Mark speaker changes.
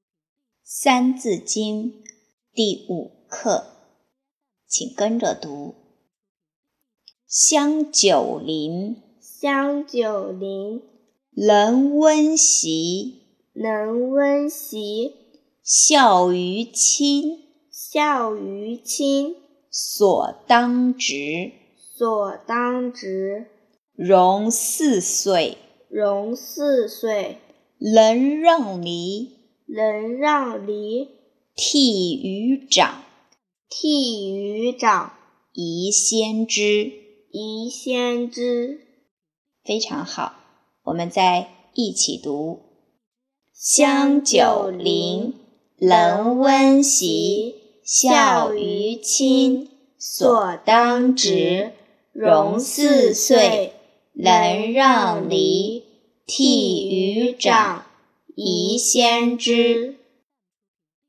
Speaker 1: 《三字经》第五课，请跟着读：香九龄，
Speaker 2: 香九龄，
Speaker 1: 人温席，
Speaker 2: 能温席，
Speaker 1: 孝于亲，
Speaker 2: 孝于亲，
Speaker 1: 所当执，
Speaker 2: 所当执，
Speaker 1: 融四岁，
Speaker 2: 融四岁，
Speaker 1: 人让梨，
Speaker 2: 人让梨，
Speaker 1: 悌于长，
Speaker 2: 悌于长，
Speaker 1: 宜先知。
Speaker 2: 宜先知。
Speaker 1: 非常好，我们再一起读：香
Speaker 2: 香九
Speaker 1: 九
Speaker 2: 龄
Speaker 1: 龄，人温席。孝于亲，所当执；融四岁，人让梨，悌于长，宜先知。